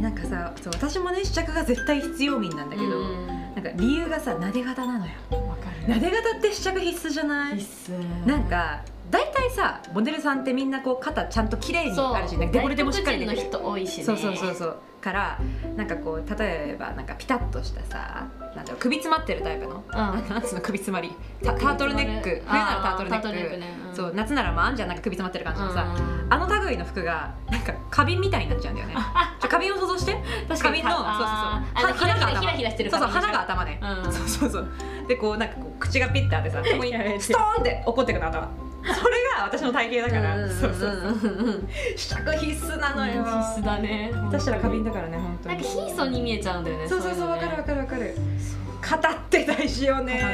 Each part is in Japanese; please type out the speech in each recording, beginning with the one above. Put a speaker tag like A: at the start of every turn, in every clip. A: なんかさそう私もね試着が絶対必要面なんだ
B: だ
A: け
B: け
A: ど、
B: ど、
A: なんか理由がさ撫で型なのよ
B: わかる
A: 撫で型って試着必須じゃない
B: 必須
A: なんか大体さモデルさんってみんなこう肩ちゃんと綺麗に
B: そう
A: あるしなんかデコルテもしっかりできる
B: 外国人の人多いしね
A: そうそうそうそうからなんかこう例えばなんかピタッとしたさなんだろう首詰まってるタイプの
B: うん
A: あなんつうの首詰まりタタートルネック冬ならタートルネック
B: ねん
A: そう夏ならまああんじゃんなんか首詰まってる感じのさ、
B: うん
A: あの類の服がなんか花瓶みたいになっちゃうんだよね ちょ花瓶を想像して
B: 確か
A: 花瓶
B: に
A: のそう
B: あー
A: そうそう
B: あのひら
A: 花が頭
B: ひらひらしてる
A: そうそう
B: 花
A: 花が頭ね、
B: うん
A: そうそうそうでこうなんかこう口がピッてあってさここに
B: や めて
A: ストーンって怒ってくの頭それが私の体型だから、そうそうそう
B: そう
A: 試着必須なのよ
B: 必須だね
A: 私ら花瓶
B: な
A: だからね本当
B: ん
A: に
B: か貧相に見えちゃうんだよね
A: そうそうそうわ
B: い
A: か
B: の
A: るわ
B: ね
A: かるわかる肩って大事よね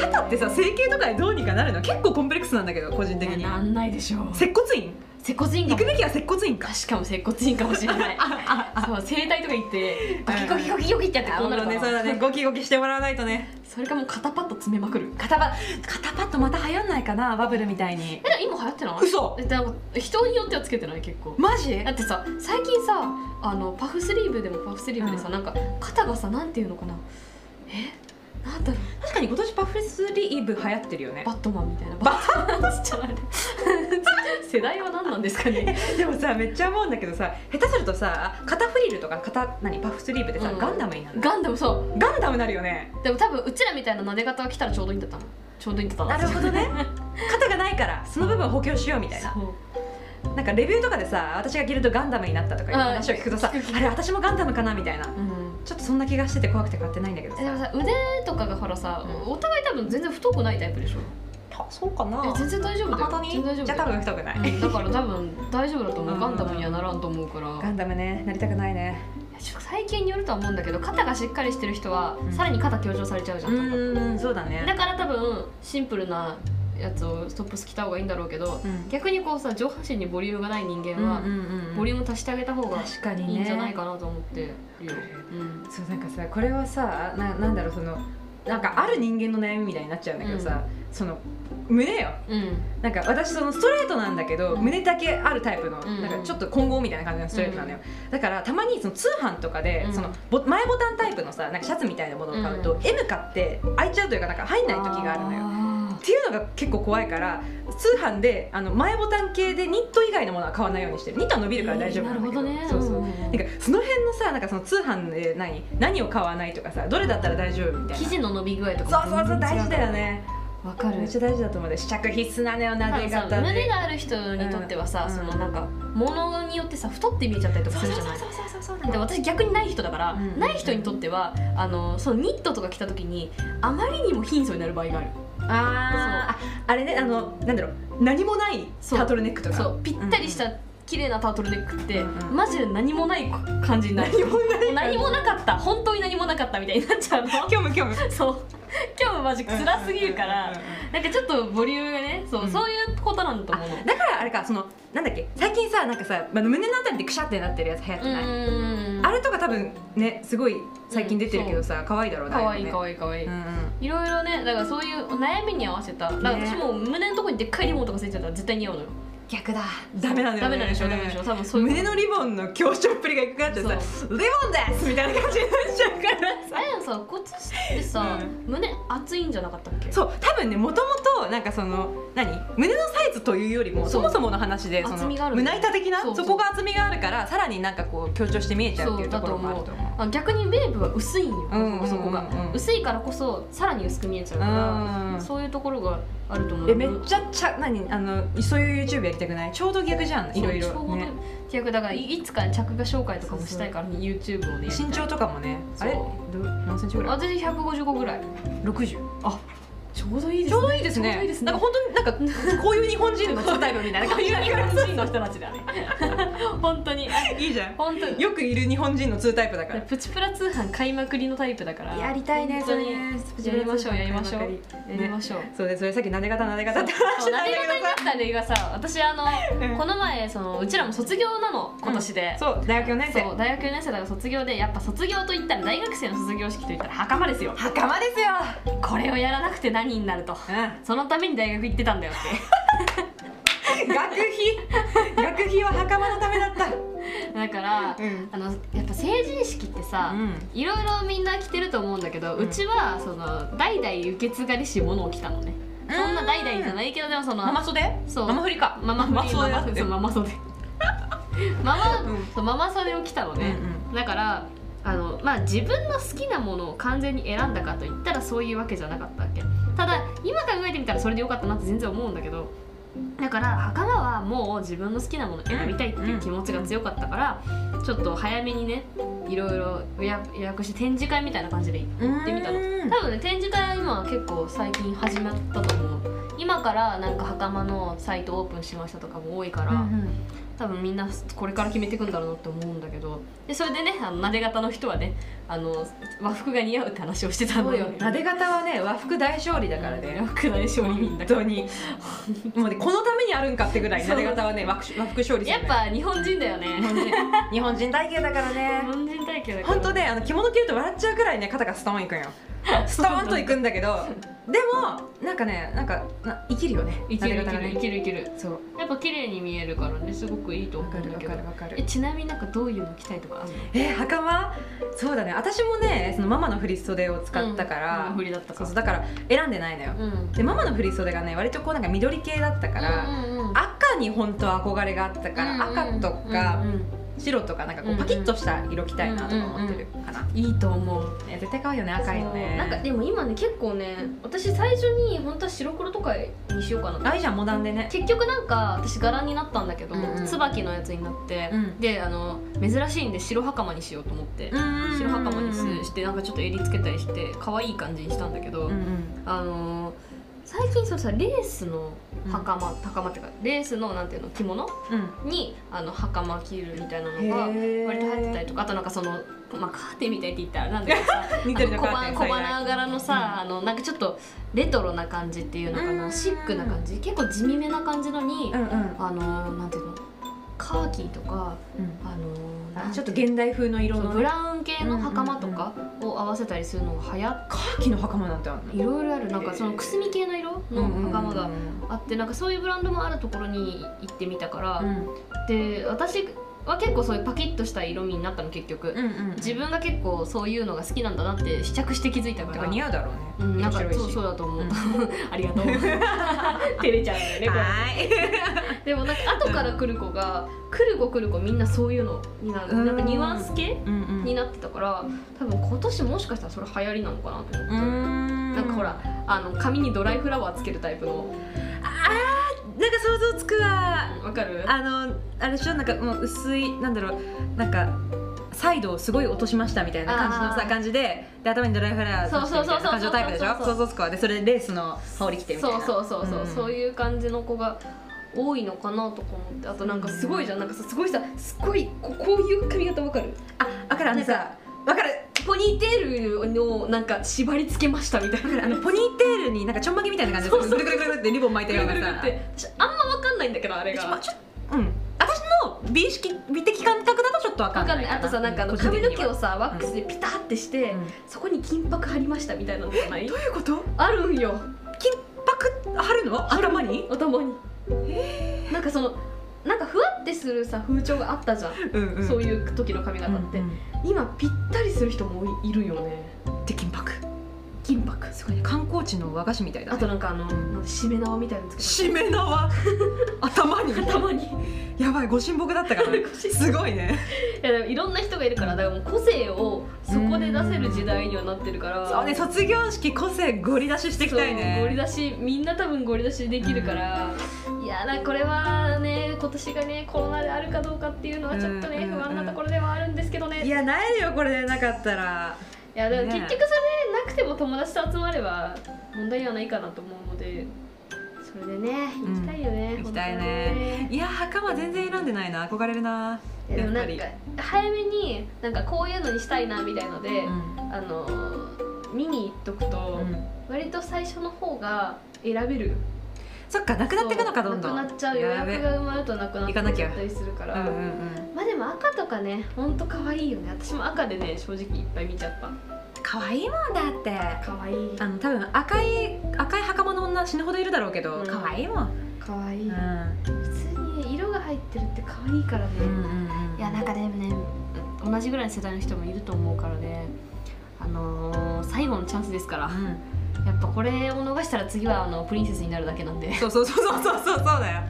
A: 肩ってさ整形とかでどうにかなるの結構コンプレックスなんだけど個人的
B: い
A: に
B: やなんないでしょう
A: 接骨院
B: 接骨院
A: 行
B: か
A: く
B: も
A: べきは接骨院か
B: しかも接骨院かもしれない そう整体とか行ってゴキゴキゴキゴキってやって
A: あ
B: こうなる
A: ね
B: か
A: そう
B: ら
A: だねゴキゴキしてもらわないとね
B: それかもう肩パッド詰めまくる
A: 肩パ肩パッドまた流行んないかなバブルみたいに
B: えでも今流行ってない
A: 嘘
B: えなんか人によってはつけてない結構
A: マジ
B: だってさ最近さあのパフスリーブでもパフスリーブでさ、
A: うん
B: なんか肩がさなんていうのかなえなんだろう
A: 確かに今年パフスリーブ流行ってるよね
B: バットマンみたいなバットマンっつっちゃあれ 世代は何なんですかね
A: でもさめっちゃ思うんだけどさ下手するとさ肩フリルとか肩何パフスリーブでさ、
B: うん
A: ガンダムになる
B: ガンダムそう
A: ガンダムなるよね
B: でも多分うちらみたいな撫で方が来たらちょうどいいんだったのちょうどいいんだったの
A: なるほどね肩がないからその部分を補強しようみたいな
B: そう
A: なんかレビューとかでさ私がギルドガンダムになったとかいう話を聞くとさ
B: うん聞く聞く
A: あれ私もガンダムかなみたいな
B: うん
A: ちょっとそんな気がしてて怖くて買ってないんだけど
B: えでも
A: さ
B: さ腕とかがほらさ、
A: うん
B: お互い多分全然太くないタイプでしょ
A: あそうかな
B: え全然大丈夫だよ
A: 本当
B: 全然大丈
A: に
B: 夫
A: じ
B: だ
A: ゃあ
B: よ
A: 多分太くない、
B: うんだから多分大丈夫だと思
A: う
B: うんガンダムにはならんと思うから
A: ガンダムねなりたくないね
B: ちょっと最近によるとは思うんだけど肩がしっかりしてる人は
A: うん
B: さらに肩強調されちゃうじゃん、
A: んそうだ
B: だから多分シンプルなやつをストップス着た方がいいんだろうけど
A: うん
B: 逆にこうさ上半身にボリュームがない人間
A: うん
B: は
A: うんうん
B: ボリューム足してあげた方が
A: 確か
B: い
A: にね
B: いんじゃないかなと思ってるよ、うん
A: そうなんかさこれはさななんだろうそのなんかある人間の悩みみたいになっちゃうんだけどさ、その胸よ
B: うん
A: なんか私そのストレートなんだけど、
B: うん
A: 胸だけあるタイプの、
B: ん
A: なんかちょっと混合みたいな感じのストレートなのよ、だからたまにその通販とかで、
B: うん
A: そのボ前ボタンタイプのさなんかシャツみたいなものを買うと、
B: う
A: M 買って開いちゃうというかなんか入んない時があるのよっていうのが結構怖いから通販であの前ボタン系でニット以外のものは買わないようにしてるニットは伸びるから大丈夫なんだけど,、
B: えーなるほどね
A: そうそう
B: うん
A: なんかその辺のさなんかその通販で何何を買わないとかさどれだったら大丈夫みたいな
B: 生地の伸び具合と
A: そ
B: か
A: うそうそう大事だよね
B: わかる
A: めっちゃ大事だと思うで試着必須なのよなで
B: さ
A: 方
B: 胸がある人にとってはさ、
A: うん
B: そのなんか物によってさ太って見えちゃったりとか
A: そう
B: す
A: そう
B: るじ
A: そ
B: ゃ
A: う
B: ない
A: そうそうそう
B: で私逆にない人だから、
A: うん
B: ない人にとってはあのそのニットとか着た時にあまりにも貧相になる場合がある
A: あーああれねあのなんだろう何もないタ
B: そう
A: ートルネックとか
B: そうぴったりした綺麗なタートルネックって、
A: うんうん
B: マジで何もない感じになる
A: 何もない
B: 何もなかった本当に何もなかったみたいになっち ゃうの
A: 虚無虚無
B: そう今日もマジ辛すぎるから
A: うんうんうんうん
B: なんかちょっとボリュームがねそう,、
A: うん
B: そういうことなんだと
A: あ
B: 思うの
A: だからあれかそのなんだっけ最近さなんかさ、まあ、胸のあたりでクシャってなってるやつ流行ってない、
B: うん
A: あれとか多分ねすごい最近出てるけどさ、可愛いだろう
B: かわいいか
A: 可愛
B: わいいかわいい、
A: いうんうん
B: いろいろねだからそういう悩みに合わせただから
A: ね
B: 私もう胸のとこにでっかいリボンとかついてたら絶対似合うのよ
A: 逆だダメなんだよ、ね、
B: ダメなんでしょダメでしょ多分そういう
A: 胸のリボンの強調っぷりがいくかってさ「リボンです!」みたいな感じになっちゃうからさ
B: あやさ骨ってさ、
A: うん
B: 胸厚いんじゃなかったっけ
A: そう多分ねもともとなんかその何胸のサイズというよりも
B: そ
A: そ
B: う
A: もそもの話でそ
B: 厚
A: の
B: みがある
A: 胸板的な
B: そ
A: そう
B: そう
A: こが厚みがあるからさらになんかこう強調して見えちゃうっていうところもあると思う。
B: あ逆にウェーブは薄いんよ、
A: うんうんうんうん
B: そこが薄いからこそさらに薄く見えちゃうから、
A: うん
B: そういうところがあると思う
A: えめっちゃちゃ何あのそういう YouTube やりたくないちょうど逆じゃんいろい
B: そうちょ
A: ろ、
B: うど
A: ね、
B: 逆だからいいつか着火紹介とかもしたいから、YouTube をね
A: 身長とかもねあ
B: そう
A: れど何センチぐらい
B: 私155ぐらい
A: 60
B: ちょうどいい
A: ちょうどいいですね
B: ちょうどいいですね
A: なんか本当になんかこういう日本人の人タイプみたいな
B: こ
A: 感
B: う
A: じ
B: いう
A: だ
B: 日
A: か
B: 本人の人たちだね 本当に
A: らいいじゃん
B: 本当に
A: よくいる日本人の2タイプだから
B: プチプラ通販買いまくりのタイプだから本当にや
A: れ
B: やりましょうやりましょうりましょう、
A: そうでそれさっき撫で方撫で方って
B: そう
A: 話な
B: なんで
A: だ
B: 方になった例がさ私あの
A: けどさ
B: この前そのうちらも卒業なの今年で、
A: そう大学4年生
B: そう大学4年生だから卒業でやっぱ卒業といったら大学生の卒業式といったら袴ですよ
A: 袴ですよ
B: これをやらなくて何になると
A: うん
B: そのために大学行ってたんだよっ
A: 学費学費は袴のためだった
B: てだから
A: うん
B: あのやっぱ成人式ってさ、
A: うん
B: いろいろみんな着てると思うんだけど、う
A: うん
B: ちはその代々受け継がれしものを着たのね、そんな代々じゃないけどでもその
A: ママ袖
B: そう
A: ママ振りか
B: ママママ
A: 袖だっ
B: マ袖
A: て
B: そうママ袖 ママ、
A: うん
B: そうママ袖を着たの
A: うん
B: ね、だからあの、まあ、自分の好きなものを完全に選んだかといったらそういうわけじゃなかったわけただ今考えてみたらそれでよかったなって全然思うんだけどだから袴はもう自分の好きなものを選びたいっていう気持ちが強かったから、ちょっと早めにねいろいろ予約予約して展示会みたいな感じで
A: うん
B: 行ってみたの
A: うん
B: 多分ね展示会は今結構最近始まったと思う今からなんか袴のサイトオープンしましたとかも多いから、
A: うん
B: 多分みんなこれから決めていくんだろうなって思うんだけどでそれでねあの撫で型の人はねあの和服が似合うって話をしてた
A: そ
B: の
A: うよなで型はね和服大勝利だからね
B: 和服ない商品だ
A: 本
B: か
A: 当にもうねこのためにあるんかってぐらい
B: そ
A: な
B: う
A: で型はね和服和服勝利
B: ら
A: じ
B: や
A: ゃ
B: っ
A: ない
B: ぱ日本人だよ
A: 日
B: ね
A: 本人日本人体型だから
B: 日
A: ね
B: 本人体型だから
A: 本当ねあの着物着ると笑っちゃうくらいね肩がストーンいくん よストーンといくんだけどでもなんかねなんかな生きるよね
B: いける
A: な
B: い
A: で
B: け
A: 型が
B: るい
A: ね
B: けるいける
A: そう
B: やっぱ綺麗に見えるからねすごくいいと
A: わ
B: 思
A: か
B: うん
A: る
B: だ
A: わ
B: け
A: か
B: ど
A: るわかる
B: えちなみになんかどういうの着たいとかあるの
A: え袴そうだね私もねそのママの振り袖を使ったから、
B: うん振りだったか
A: そうそうだから選んでないのよ
B: らうん
A: でママの振り袖がね割とこうなんか緑系だったから、
B: うんうんうん
A: 赤に本当は憧れがあったから、赤とか
B: うんうん
A: 白とかなんかこ
B: う
A: う
B: んうん
A: パキッとした色着たいなとか思ってるかな、
B: いいと思う
A: ね絶対可愛いよね赤いのね
B: なんかでも今ね結構ね私最初に本当は白黒とかにしようかな
A: あいいじゃんモダンでね
B: 結局なんか私柄になったんだけど、
A: うんうん
B: 椿のやつになって、
A: うん
B: であの珍しいんで白袴にしようと思って、白
A: 白
B: 袴にすしてなんかちょっと襟つけたりして可愛い感じにしたんだけど、
A: うんうん
B: あのー最近そうさレースの袴、袴っていうかレースのなんていうの着物
A: うん
B: にあの袴着るみたいなのが割
A: 割
B: と入ってたりとかあとなんかその、まあ、カーテンみたいって言ったらなんだけどさ
A: 似てるの
B: あの小
A: カーテ
B: 花
A: ン
B: 小花柄のさ、あのなんかちょっとレトロな感じっていうのかな、
A: うん
B: シックな感じ結構地味めな感じのに、
A: うんうん
B: あのなんていうのカーキーとか
A: うん
B: あの
A: あちょっと
B: ゲ
A: 現代風の色の
B: ブラウン系の袴とかを合わせたりするのが流行っ
A: カーキの袴なんてあるの
B: いろいろあるなんかそのくすみ系の色の袴があってなんかそういうブランドもあるところに行ってみたから、で私は結構そういうパキッとした色味になったの結局、自分が結構そういうのが好きなんだなって試着して気づいたか
A: だからら似合うだろ
B: う
A: うね
B: ん、なんか
A: 面白いし
B: そうそうだと思う、
A: うん
B: ありがとう 照れちゃうんだよねこれ
A: はい
B: でもなんか後から来る子が来る子来る子みんなそういうのになる
A: うん
B: なんかニュアンス系
A: うんうん
B: になってたから多分今年もしかしたらそれ流行りなのかなと
A: うー
B: 思って、
A: ん
B: なんかほらあの髪にドライフラワーつけるタイプの
A: なんか想像つくわ
B: わかる
A: あのあれでしょなんかもう薄いなんだろうなんかサイドをすごい落としましたみたいな感じの
B: あ
A: さ
B: ー
A: 感じでで頭にドライフラワー
B: そうそうそうそう
A: 感じのタイプでしょ
B: そうそうそう
A: 想像つくわでそれでレースの羽織着てみたい
B: そ
A: な
B: うそうそうそう、
A: うん
B: そういう感じの子が多いのかなとか思ってあとなんかすごいじゃんなんかさすごいさすっごいこうこういう髪型わかる
A: あわかるあのさわかる
B: ポニーテールのなんか縛り付けましたみたい
A: わかる
B: な
A: あのポニーテールになんかちょんまげみたいな感じで
B: そうそう
A: ぐるぐるぐるぐるってリボン巻い
B: ぐ
A: て
B: る
A: るよ
B: ぐ
A: う
B: るぐる
A: な
B: っ
A: さ
B: て私あんまわかんないんだけどあれ
A: ち
B: が
A: ょちょうん私の美意識美的感覚だとちょっとわか
B: わ
A: んな
B: か
A: い
B: んないあとさなんかあの
A: 個人的
B: 髪
A: に
B: の毛
A: は
B: をさワックスでピタってして、
A: うん
B: そこに金箔貼りましたみたいなのじゃない
A: どういうこと
B: あるんよ
A: 金箔貼るの頭に
B: 頭になんかそのなんかふわってするさ風潮があったじゃん、
A: うんうん
B: そういう時の髪型って、
A: うんうん
B: 今ぴったりする人もいいるよね
A: で金箔
B: 金箔
A: すごいね観光地の和菓子みたいだ、
B: あ
A: ね、
B: となんかあのなんかしめ縄みたいなのつ
A: しめ 縄頭に
B: けて頭にい
A: やばいご神木だった からねすごいね
B: やでもいろんな人がいるからだからもう個性をそこで出せる時代にはなってるから
A: そうね卒業式個性ゴリ出ししていきたい
B: そうゴリ
A: ね
B: 出しみんな多分ゴリ出しできるから、いやなこれはね今年がねコロナであるかどうかっていうのはちょっとね、
A: うんうんうん
B: 不安なところではあるんですけどね
A: い
B: いや
A: やないよこれでなかったら
B: でも
A: ね
B: 結局それなくても友達と集まれば問題はないかなと思うのでそれでね行きたいよね、
A: うん
B: 本当
A: 行
B: に
A: きたいねいや袴全然選んでないな憧れるな
B: でもなんか
A: や
B: 早めになんかこういうのにしたいなみたいので、
A: うん
B: あのー見に行っとくと、
A: うん
B: 割と最初の方が選べる
A: そっかなくなっていくのかどんどん
B: なくなっちゃう予
A: やべ
B: 約が埋まるとなくなっ
A: 行かなき
B: ち
A: ゃ
B: ゃったりするから、
A: うんうんうん
B: まあでも赤とかねほんと可愛いよね私も赤でね正直いっぱい見ちゃった
A: 可愛いもんだって
B: 可愛い
A: あの多分赤い赤い袴の女死ぬほどいるだろうけど、
B: うん
A: 可愛いもん、
B: 可愛い、
A: うん
B: 普通にね色が入ってるって可愛いからね、いやなんかねね同じぐらいの世代の人もいると思うからねあのー最後のチャンスですから
A: うん
B: やっぱこれを逃したら次はあのプリンセスになるだけなんで
A: そうそうそうそうそうそうだよ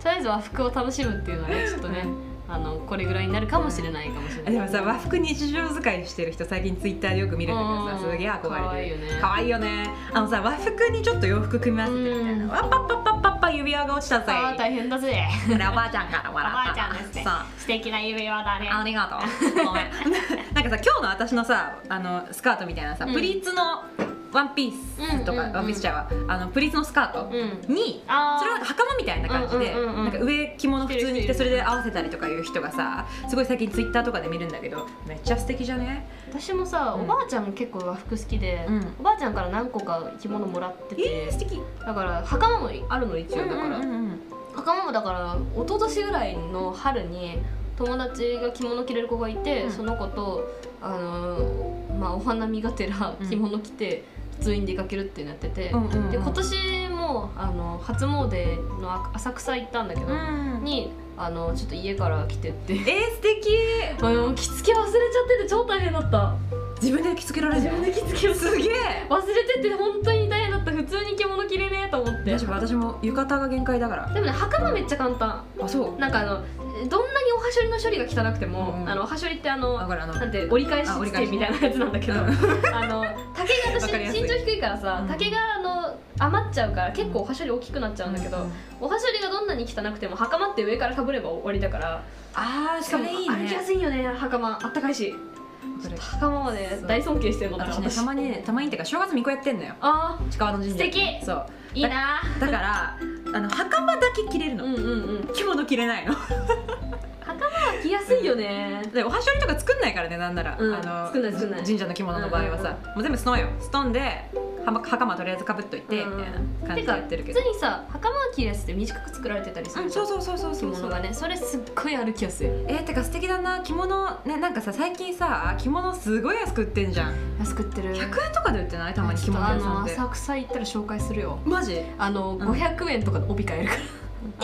B: とりあえず和服を楽しむっていうのはねちょっとねあのこれぐらいになるかもしれないかもしれない
A: でもさ和服日常使いしてる人最近ツイッターでよく見るんだけど
B: うん
A: さすげえ憧れてる
B: 可愛いよね
A: 可愛いよねあのさ和服にちょっと洋服組み合わせてみたいな
B: うん
A: わっぱっぱっぱっぱっぱ指輪が落ちたぜ
B: あー大変だぜ
A: これおばあちゃんからもらった
B: おばあちゃんですね
A: さ
B: 素敵な指輪だね
A: あありがとうごめんなんかさ今日の私のさあのスカートみたいなさ、
B: うん
A: プリーツのワンピースとか、
B: うんうんうん
A: ワンピースちゃうわあのプリーツのスカート
B: うん
A: に、
B: あ
A: それはなんか袴みたいな感じで、
B: うんうんうんうん
A: なんか上着物普通に着て
B: 着てる
A: それで合わせたりとかいう人がさすごい最近ツイッターとかで見るんだけどめっちゃ素敵じゃね
B: 私もさ、
A: うん
B: おばあちゃん結構和服好きで、
A: うん
B: おばあちゃんから何個か着物もらってて、
A: えー、素敵
B: だから袴もあるの一応だから、
A: うんうんうん
B: 袴もだから一昨年ぐらいの春に友達が着物着れる子がいて、
A: うん
B: その子とあのーまあお花見がてら
A: うん
B: 着物着て普通に出かけるってなってて、
A: うんうんうん
B: で今年もあの初詣の浅草行ったんだけど、
A: うん
B: にあのちょっと家から来て って
A: えー、素敵
B: あの着付け忘れちゃってて超大変だった
A: 自分で着付けられるじゃん
B: 自分で着付けを
A: すげえ
B: 忘れてて本当に大変だった普通に着物着れねえと思って
A: 大丈夫私も浴衣が限界だから
B: でもね袴めっちゃ簡単
A: あそう
B: なんかあのどんなにおはしょりの処理が汚くても、
A: うん
B: あのおはしょりってあ
A: あ
B: の
A: これあの
B: なんて折り返し
A: あ折り
B: 地
A: 返
B: 点
A: し
B: みたいなやつなんだけど、あの竹 が
A: わ
B: 私
A: かりやすい
B: 身長低いからさ、
A: うん
B: 竹があの余っちゃうから結構おはしょり大きくなっちゃうんだけど、
A: うう
B: おはしょりがどんなに汚くても袴って上からかぶれば終わりだから
A: あーそれいい
B: 歩きや
A: ね
B: すいよね袴あったかいし
A: それ
B: 袴はね
A: そう
B: 大尊敬してるのだから
A: 私ねたまにねたまにっていうか正月巫女やってんのよ
B: あ
A: 近和の神社
B: 素敵
A: そう
B: ーいいな
A: だからあの袴だけ着れる
B: う
A: の、
B: んうんうん
A: 着物着れないの
B: 着やすいよね、
A: でおはしょりとか作んないからねなんなら、
B: うん
A: あの
B: 作んない作んない
A: 神社の着物の場合はさ、もう全部ストンよストンではま袴とりあえずかぶっといて、
B: うん
A: みたいな感じでやってるけ
B: 普
A: ど
B: 通にさ袴を着るやつって短く作られてたりする
A: うん、そうそうそうそう
B: 着
A: そう
B: 物がねそれすっごい歩きやすい
A: えー、てか素敵だな着物ねなんかさ最近さ着物すごい安く売ってんじゃん
B: 安く売ってる
A: 100円とかで売ってないたまに着物
B: あ
A: 屋
B: の
A: さんで
B: 浅草行ったら紹介するよ
A: マジ
B: あの、
A: ん
B: 500円とかで帯買える か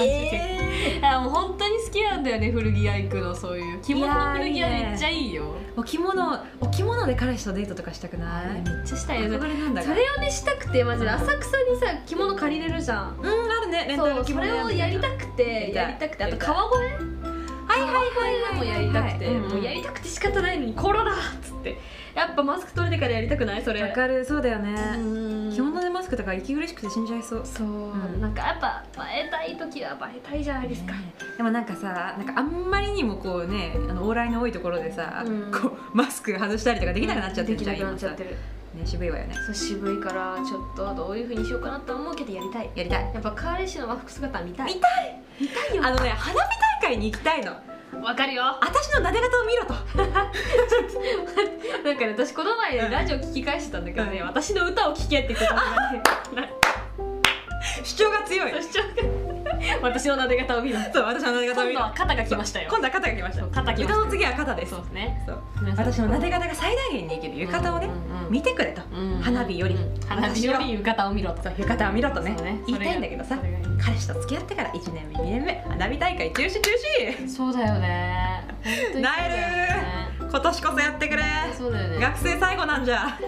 B: らえ
A: え
B: あもう本当に好きなんだよね古着屋行くのそういう着物の古着
A: いや
B: 屋
A: ーいいね
B: めっちゃいいよ
A: ー、お着物お着物で彼氏とデートとかしたく
B: あ
A: ない
B: れめっちゃしたいよね
A: 憧れなんだ
B: そ
A: から
B: れをねしたくてマジで浅草にさ着物借りれるじゃん
A: うんあるねレン
B: そ
A: タル
B: う
A: 着
B: そ
A: 物
B: れをやりたくてやりたくてあと川越
A: はいはいはい
B: も
A: は
B: う
A: い
B: やりたくて、
A: はい
B: もうやりたくて仕方ないのにコロナっつってやっぱマスク取れてからやりたくないそれ
A: わかるそうだよね、
B: うん
A: 着物でマスクとか息苦しくて死んじゃいそう
B: そう、
A: ん
B: なんかやっぱ映えたい時は映えたいじゃないですか、
A: ねでもなんかさなんかあんまりにもこうねあの往来の多いところでさ、
B: うん
A: こうマスク外したりとかできなくなっちゃって
B: でき
A: じゃ
B: なんくなっ
A: 今
B: ちゃ
A: さ
B: っ
A: ね
B: てる
A: 渋いわよね
B: そう渋いからちょっとどういう風にしようかなとは思うけどやりたい
A: やりたい
B: やっぱ彼氏の和服姿見たい
A: 見あのね花火大会に行きたいの
B: わかるよ
A: 私のなで方を見ろと
B: なんかね私この前
A: うん
B: ラジオ聞き返してたんだけどね、
A: うん
B: 私の歌を聴けって言ってたのがねなんか
A: 主張が強い
B: そしちゃう私のなで方を見る
A: そう私のなで方を
B: 今
A: 見
B: 度
A: ろ
B: は肩が来ましたよ
A: 今度は肩が来まし
B: そ
A: た
B: う肩来ました
A: 歌の次は肩です
B: そうですね
A: そう
B: 皆さん
A: 私のなで方が最大限に生きる浴衣をね、見てくれと
B: うん
A: 花火より
B: うん花火より浴衣を見ろと
A: 浴衣を見ろとね
B: そう
A: 言いたいんだけどさ
B: それがいい
A: 彼氏と付き合ってから1年目2年目花火大会中止中止
B: そうだよね本当にそうだよね
A: 今年こそやってくれ
B: そうだよね
A: 学生最後なんじゃ